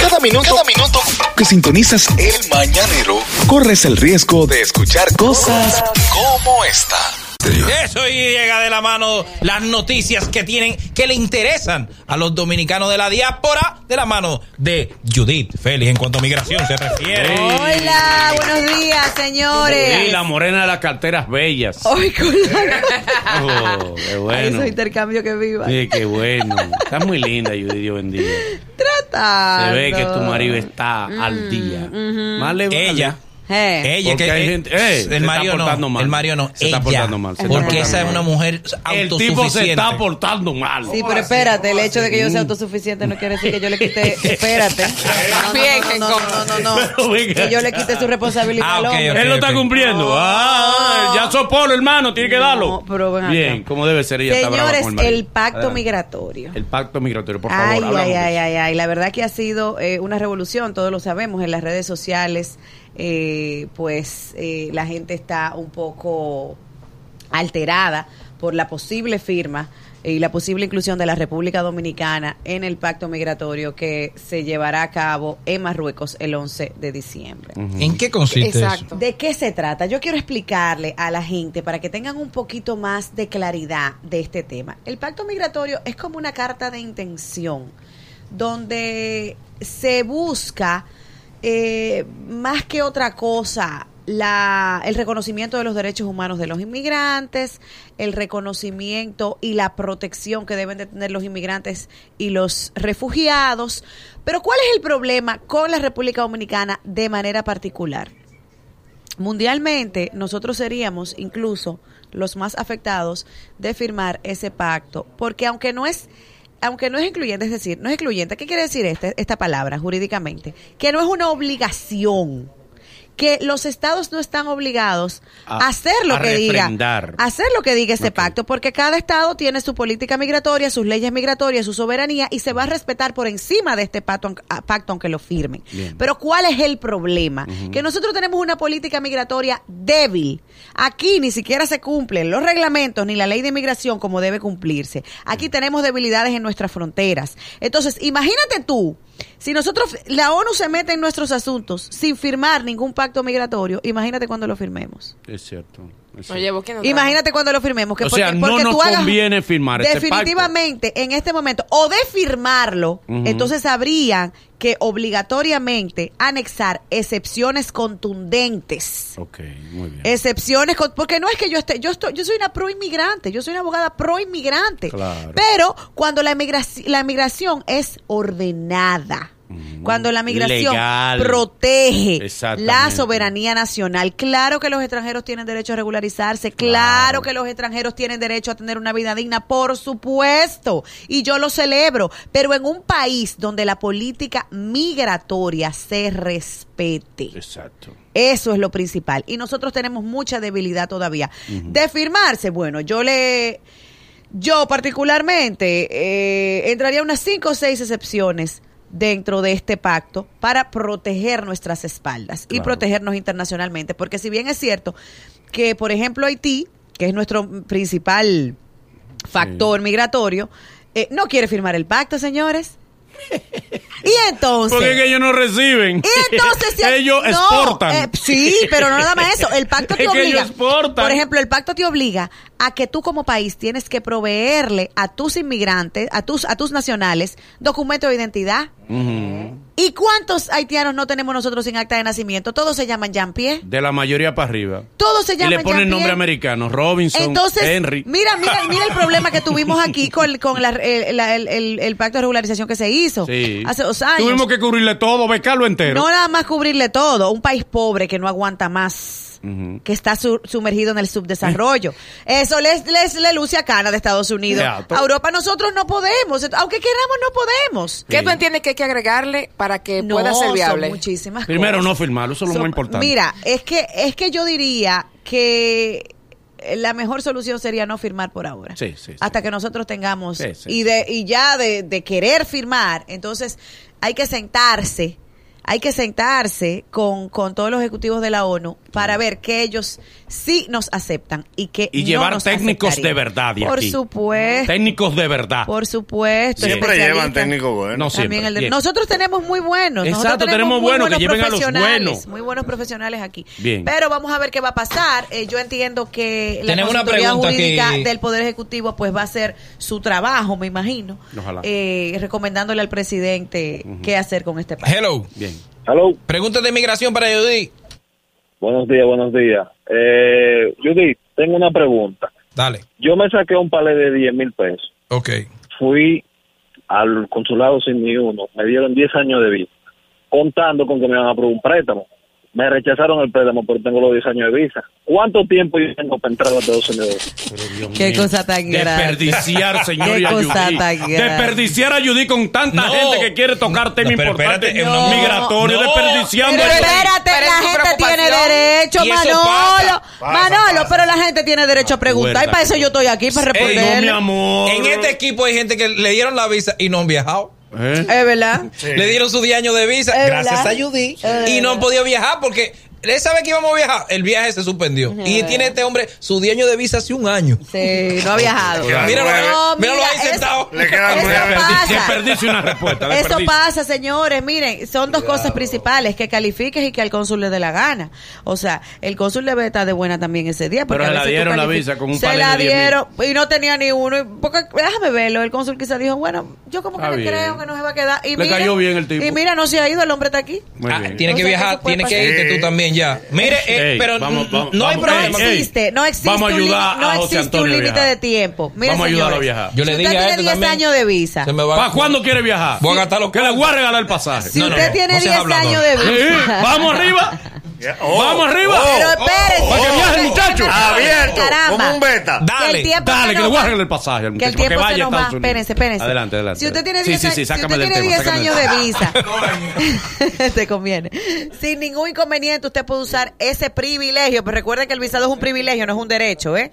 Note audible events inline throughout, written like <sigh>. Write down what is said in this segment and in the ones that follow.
Cada minuto, cada minuto que sintonizas el mañanero, corres el riesgo de escuchar cosas como esta. Eso y llega de la mano las noticias que tienen, que le interesan a los dominicanos de la diáspora, de la mano de Judith Félix en cuanto a migración se refiere. Hola, buenos días, señores. Y la morena de las carteras bellas. Hoy con la... Oh, qué Ay, bueno. Eso intercambio que viva. Sí, qué bueno. Estás muy linda, Judith, Dios bendiga. Trata. Se ve que tu marido está Mm, al día. Más le vale. Ella. Eh. Ella Porque que hay gente- eh, se el está Mario no, portando mal. el Mario no, Se está ella, portando mal, se está porque portando esa es mal. una mujer El autosuficiente. tipo se está portando mal. Sí, pero espérate, el hecho de que yo sea autosuficiente no quiere decir que yo le <laughs> quite. Espérate. No, no, no, no, no, no, no. Pero venga. Que yo le quite su responsabilidad Ah, al ok, hombre. ok. Él lo está cumpliendo. Ah, ya sopolo, hermano, tiene que No, darlo. pero ven acá. Bien, como debe ser ella está brava Señores, con el marido. el pacto Adelante. migratorio. El pacto migratorio, por favor, Ay, hablamos ay, de ay, eso. ay, ay. La verdad que ha sido eh, una revolución, todos lo sabemos, en las redes sociales, eh, pues eh, la gente está un poco alterada por la posible firma eh, y la posible inclusión de la República Dominicana en el pacto migratorio que se llevará a cabo en Marruecos el 11 de diciembre. ¿En qué consiste Exacto. ¿De qué se trata? Yo quiero explicarle a la gente para que tengan un poquito más de claridad de este tema. El pacto migratorio es como una carta de intención donde se busca eh, más que otra cosa la, el reconocimiento de los derechos humanos de los inmigrantes, el reconocimiento y la protección que deben de tener los inmigrantes y los refugiados. Pero ¿cuál es el problema con la República Dominicana de manera particular? mundialmente nosotros seríamos incluso los más afectados de firmar ese pacto, porque aunque no es aunque no es incluyente, es decir, no es excluyente, ¿qué quiere decir esta, esta palabra jurídicamente? Que no es una obligación, que los estados no están obligados a, A- hacer lo a que refrendar. diga, a hacer lo que diga ese Ok. pacto, porque cada estado tiene su política migratoria, sus leyes migratorias, su soberanía y se va a respetar por encima de este pacto, aunque- a- pacto aunque lo firmen. Bien. Pero ¿cuál es el problema? Que nosotros tenemos una política migratoria débil. Aquí ni siquiera se cumplen los reglamentos ni la ley de inmigración como debe cumplirse. Aquí tenemos debilidades en nuestras fronteras. Entonces, imagínate tú, si nosotros, la ONU se mete en nuestros asuntos sin firmar ningún pacto migratorio, imagínate cuando lo firmemos. Es cierto. es No cierto. llevo que no Imagínate cuando lo firmemos. Que O porque, sea, no porque nos tú hagas- conviene firmar este pacto. Definitivamente, en este momento, o de firmarlo, Ujú. entonces habría que obligatoriamente anexar excepciones contundentes. Ok, muy bien. Excepciones, con- porque no es que yo esté, yo estoy, yo soy una pro inmigrante, yo soy una abogada pro inmigrante. Claro. Pero cuando la migración, la migración es ordenada, cuando la migración Mm, Legal. protege la Exactamente. soberanía nacional, claro que los extranjeros tienen derecho a regularizarse, claro. Claro. que los extranjeros tienen derecho a tener una vida digna, por supuesto, y yo lo celebro, pero en un país donde la política migratoria se respete. Exacto. Eso es lo principal. Y nosotros tenemos mucha debilidad todavía. De firmarse, bueno, yo le... Yo particularmente eh, entraría unas cinco o seis excepciones dentro de este pacto para proteger nuestras espaldas y Claro. protegernos internacionalmente. Porque si bien es cierto que, por ejemplo, Haití, que es nuestro principal factor migratorio, eh, no quiere firmar el <laughs> pacto, señores. y entonces... Porque es que ellos no reciben. <laughs> Y entonces si- ellos no, exportan. eh, sí, pero no nada más eso. <laughs> El pacto te Es que obliga. ellos exportan. Por ejemplo, el pacto te obliga a que tú como país tienes que proveerle a tus inmigrantes, a tus a tus nacionales, documento de identidad. <laughs> Ujú. ¿Y cuántos haitianos no tenemos nosotros sin acta de nacimiento? Todos se llaman Jean-Pierre. De la mayoría para arriba. Todos se Y llaman le ponen Jean-Pierre. nombre americano. Robinson, Entonces, Henry. mira, mira, mira el problema que tuvimos aquí con, con la- el, la- el- el- el pacto de regularización que se hizo Sí. hace dos años. Tuvimos que cubrirle todo, becarlo entero. No nada más cubrirle todo, un país pobre que no aguanta más, Ujú. Eh. que está su- sumergido en el subdesarrollo. Eso les, les le luce a Cana de Estados Unidos. Ya, to- A Europa nosotros no podemos, ent- aunque queramos no podemos. ¿Qué tú entiendes que hay que agregarle para que No, pueda ser son viable? muchísimas Primero cosas. no firmarlo, eso es lo Son- más importante. Mira, es que es que yo diría que la mejor solución sería no firmar por ahora. Sí, sí, sí. Hasta que nosotros tengamos Sí, sí, y de y ya de, de querer firmar, entonces hay que sentarse hay que sentarse con, con todos los ejecutivos de la ONU para ver que ellos sí nos aceptan y que Y no llevar nos técnicos aceptarían. de verdad de por aquí. supuesto Técnicos de verdad. eh, por supuesto Siempre llevan especialistas. técnico bueno. No sé. También siempre. el de- Bien. Nosotros tenemos muy buenos. nosotros Exacto, tenemos muy buenos, que lleven a los profesionales, buenos. Muy buenos profesionales aquí. Bien. Pero vamos a ver qué va a pasar. Eh, yo entiendo que la Tenemos una consultoría pregunta jurídica que- del Poder Ejecutivo pues va a hacer su trabajo, me imagino. Ojalá. eh, recomendándole al presidente qué hacer con este país. Hello. Bien. Hello, Pregunta de migración para Judith. buenos días, buenos días. Eh, Judith, tengo una pregunta. Dale. Yo me saqué un palé de 10 mil pesos. Ok. Fui al consulado sin ni uno. Me dieron 10 años de visa, contando con que me iban a aprobar un préstamo. Me rechazaron el préstamo, pero tengo los 10 años de visa. ¿Cuánto tiempo yo tengo para entrar a los Estados Unidos? Qué cosa tan grande. <laughs> Desperdiciar, señor. Qué y a cosa Judy. tan grande. Desperdiciar a Judy con tanta No. gente que quiere tocar tema No, pero importante. espérate, es una- No. migratorio, desperdiciando. Pero a Judy. espérate, Pero es la su gente preocupación. tiene derecho, Y eso Manolo. pasa. Pasa, Manolo, pasa. pero la gente tiene derecho a preguntar. Y Acuérdate. para eso yo estoy aquí, para Ey, no, responder. no, mi amor. En este equipo hay gente que le dieron la visa y no han viajado. ¿Eh? Es verdad. Le dieron su 10 años de visa, Es gracias verdad. a Judy. Es Y no han verdad. podido viajar porque él sabe que íbamos a viajar. El viaje se suspendió. Y verdad. tiene este hombre su 10 años de visa hace un año. Sí, no ha viajado. Quedan Míralo, nueve. No, míralo mira, ahí eso- sentado. Le quedan Eso nueve. pasa. Desperdicio una respuesta. Eso desperdicio. pasa, señores. Miren, son dos cosas principales: que califiques y que al cónsul le dé la gana. O sea, el cónsul debe estar de buena también ese día. Porque Pero a se la veces tú dieron la calificas- visa con un Se palé la de 10.000. dieron y no tenía ni uno. y- Porque déjame verlo. El cónsul quizá dijo: Bueno, yo como que Está le bien. creo que no se va a quedar. Y Le mira, cayó bien el tipo. Y mira, no se ha ido. El hombre está aquí. Muy Ah, bien. tienes O que sea, que viajar, eso puede tienes que pasar. irte tú Ey. también ya. Mire, eh, Ey, pero vamos, vamos, no hay vamos. problema. Ey, ey. existe, no existe Vamos a un, ayudar límite- no a José existe un Antonio a límite viajar. de tiempo. Mira, Vamos a ayudarlo a señores, viajar. Yo le si dije usted a tiene esto 10 también. años de visa, Se me va ¿Para cuándo quiere viajar? Voy a gastar los que le voy a regalar el pasaje. si No, no, usted no, tiene no seas 10 años de hablador. Sí, visa, ¡Vamos arriba! Ya- oh, ¡Vamos arriba! Oh. Pero espérese. ¡Para que viaje el Espérese, muchacho! espérese. Abierto, oh, Caramba. como un beta. Que Dale, el tiempo Dale, que, nos le voy a va. arreglar el pasaje al Que muchacho. el tiempo vaya se a nos va. Estados Unidos. Espérense, espérense. Adelante, adelante. Si usted tiene Sí, 10, sí, a- sí, si sácame usted del tiene tema, 10 sácame del años de tema. visa, <laughs> <laughs> te conviene. Sin ningún inconveniente, usted puede usar ese privilegio. Pero recuerde que el visado es un privilegio, no es un derecho, ¿eh?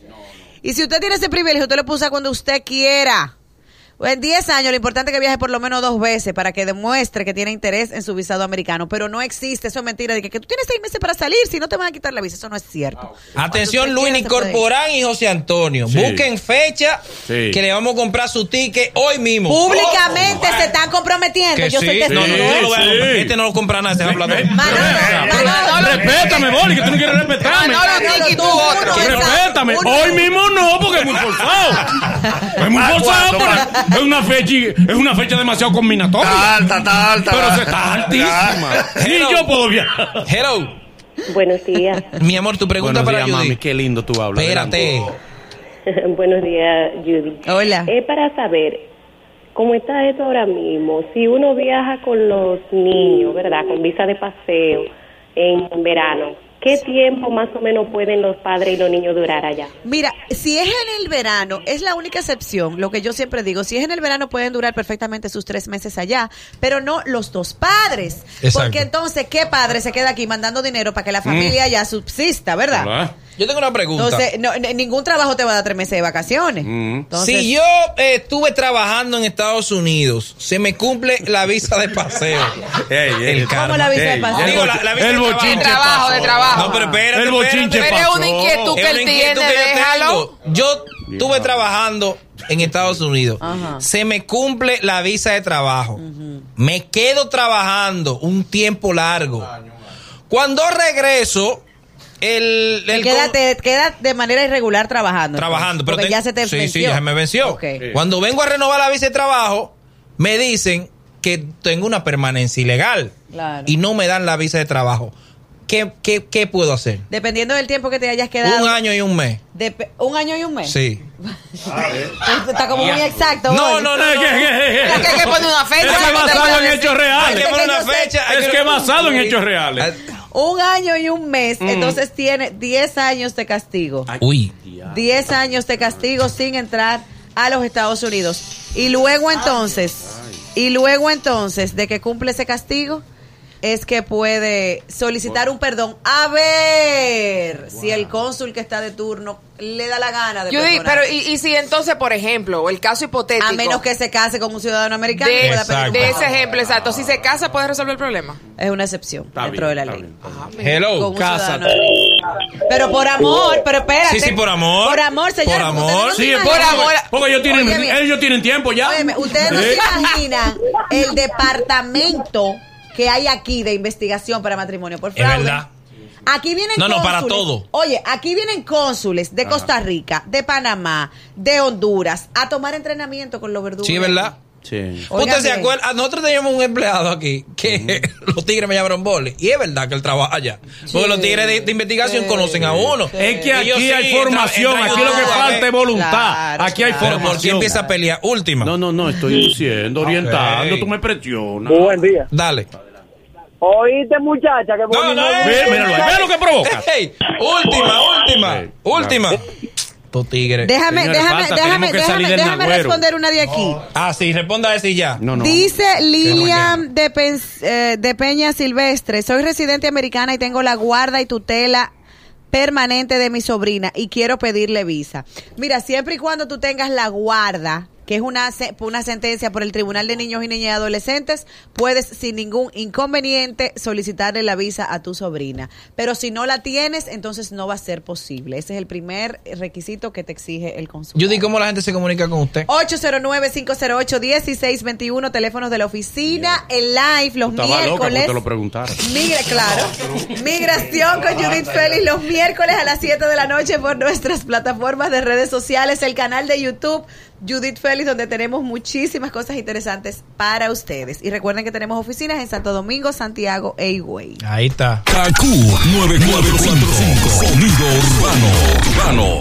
Y si usted tiene ese privilegio, usted lo puede usar cuando usted quiera. O En 10 años, lo importante es que viaje por lo menos dos veces para que demuestre que tiene interés en su visado americano. Pero no existe, eso es mentira, de que, que tú tienes seis meses para salir, si no te van a quitar la visa. Eso no es cierto. Atención, Cuando Luis usted quiera, se puede ir. Incorporán y José Antonio. Sí. Busquen fecha Sí. que le vamos a comprar su ticket hoy mismo. Oh, Públicamente se están comprometiendo. Que Yo soy sí. testigo. No, no, no lo voy a Sí. comprar. Este no lo compra nada, este es hablador. Manolo, Manolo, Respétame, Boli, que tú no quieres respetarme. Manolo, Manolo, Tiki, tú, tú, otro. uno, Que exacto, respétame. uno. Hoy mismo no, porque es muy forzado. Es muy Ah, forzado, pero es una fecha, es una fecha demasiado Está combinatoria. alta, está alta. Pero se está altísima. Ni yo puedo viajar. Hello. Buenos días. <laughs> Mi amor, tu pregunta para Judy. Qué lindo tú hablas. Espérate. Buenos días, Judy. Hola. Es para saber cómo está eso ahora mismo. Si uno viaja con los niños, ¿verdad? Con visa de paseo en verano, ¿qué tiempo más o menos pueden los padres y los niños durar allá? Mira, si es en el verano, es la única excepción, lo que yo siempre digo, si es en el verano pueden durar perfectamente sus tres meses allá, pero no los dos padres. Exacto. Porque entonces, ¿qué padre se queda aquí mandando dinero para que la familia Mm. ya subsista, verdad? Yo tengo una pregunta. Entonces, no, n- ningún trabajo te va a dar tres meses de vacaciones. Mm. Entonces, si yo eh, estuve trabajando en Estados Unidos, se me cumple la visa de <laughs> paseo. El Ah, ¿Cómo karma. la visa de Ey, paseo? Digo, la- la visa El de trabajo. De bochinche trabajo, de trabajo. No, pero espérate. El bochinche espérate. Pero es pasó. una inquietud que Es una él inquietud tiene, que yo déjalo. tengo. Yo estuve trabajando en Estados Unidos. Ajá. Se me cumple la visa de trabajo. Me quedo trabajando un tiempo largo. Cuando regreso, el... el quédate, queda de manera irregular trabajando. trabajando. entonces, Pero porque te- ya se te sí, venció. sí, ya se me venció. Ok. Cuando vengo a renovar la visa de trabajo, me dicen que tengo una permanencia ilegal Claro. y no me dan la visa de trabajo. ¿Qué, qué, qué puedo hacer? Dependiendo del tiempo que te hayas quedado. Un año y un mes. Dep- ¿Un año y un mes? Sí. Está como muy exacto. No, Oli. no, <laughs> no. Es que hay que poner una fecha. Es que no te basado puedes en decir. hechos Hay que reales. poner una yo sé- fecha. hay Es que basado en hechos reales. Ah, Un año y un mes, entonces tiene 10 años de castigo. Uy. 10 años de castigo sin entrar a los Estados Unidos. Y luego entonces, y luego entonces de que cumple ese castigo, es que puede solicitar un perdón. A ver si el cónsul que está de turno le da la gana de Judith, perdonar. pero y, y si entonces, por ejemplo, el caso hipotético. a menos que se case con un ciudadano americano, de, pueda pedir un de perdón. ese ejemplo, exacto. Si se casa, puede resolver el problema. es una excepción Está dentro bien, de la está ley. bien. Con Hello. un ciudadano americano. Pero por amor, pero espérate. Sí, sí, por amor. Por amor, señor. Por amor. Sí, Por amor. Porque ellos tienen, Oye, bien. ellos tienen tiempo ya. Óyeme, ustedes no Sí. se imaginan el departamento que hay aquí de investigación para matrimonio por Es fraude. verdad. Aquí vienen No, no, para cónsules. todo. Oye, aquí vienen cónsules de Costa Rica, de Panamá, de Honduras, a tomar entrenamiento con los verdugos. Sí, ¿verdad? Sí. Oigan Usted se bien. acuerda, Ah, nosotros teníamos un empleado aquí que <laughs> los tigres me llamaron Boli. Y es verdad que él trabaja allá. Porque los tigres de, de investigación conocen a uno. Es que Y yo aquí sí, hay entra- formación, entra en aquí lo que YouTube, falta es ¿eh? voluntad. Claro, aquí hay Ah, Pero formación. ¿por qué empieza a pelear? Última. No, no, no, estoy diciendo, orientando, Ok. tú me presionas. Muy buen día. Dale. Oíste, muchacha, que No, no, Ve, míralo ahí, ve lo que provoca. Ey, última, última, Ok, última. Estos tigres. Déjame, Eh, Señores, déjame, falta, déjame, tenemos que salir déjame, del déjame nagüero. responder una de aquí. Ah, sí, responda ese y ya. No, no. Dice Lilian de, Pen- eh, de Peña Silvestre, soy residente americana y tengo la guarda y tutela permanente de mi sobrina y quiero pedirle visa. Mira, siempre y cuando tú tengas la guarda, que es una, se- una sentencia por el Tribunal de Niños y Niñas y Adolescentes, puedes sin ningún inconveniente solicitarle la visa a tu sobrina. Pero si no la tienes, entonces no va a ser posible. Ese es el primer requisito que te exige el consulado. Judy, ¿cómo la gente se comunica con usted? 809-508-1621, teléfonos de la oficina, el live los Estaba loca miércoles. cuando te lo preguntara. Migra, claro. Migración con Judith Félix los miércoles a las 7 de la noche por nuestras plataformas de redes sociales, el canal de YouTube Judith Félix, donde tenemos muchísimas cosas interesantes para ustedes. Y recuerden que tenemos oficinas en Santo Domingo, Santiago e Higüey. Ahí está. KQ 945, sonido urbano, urbano.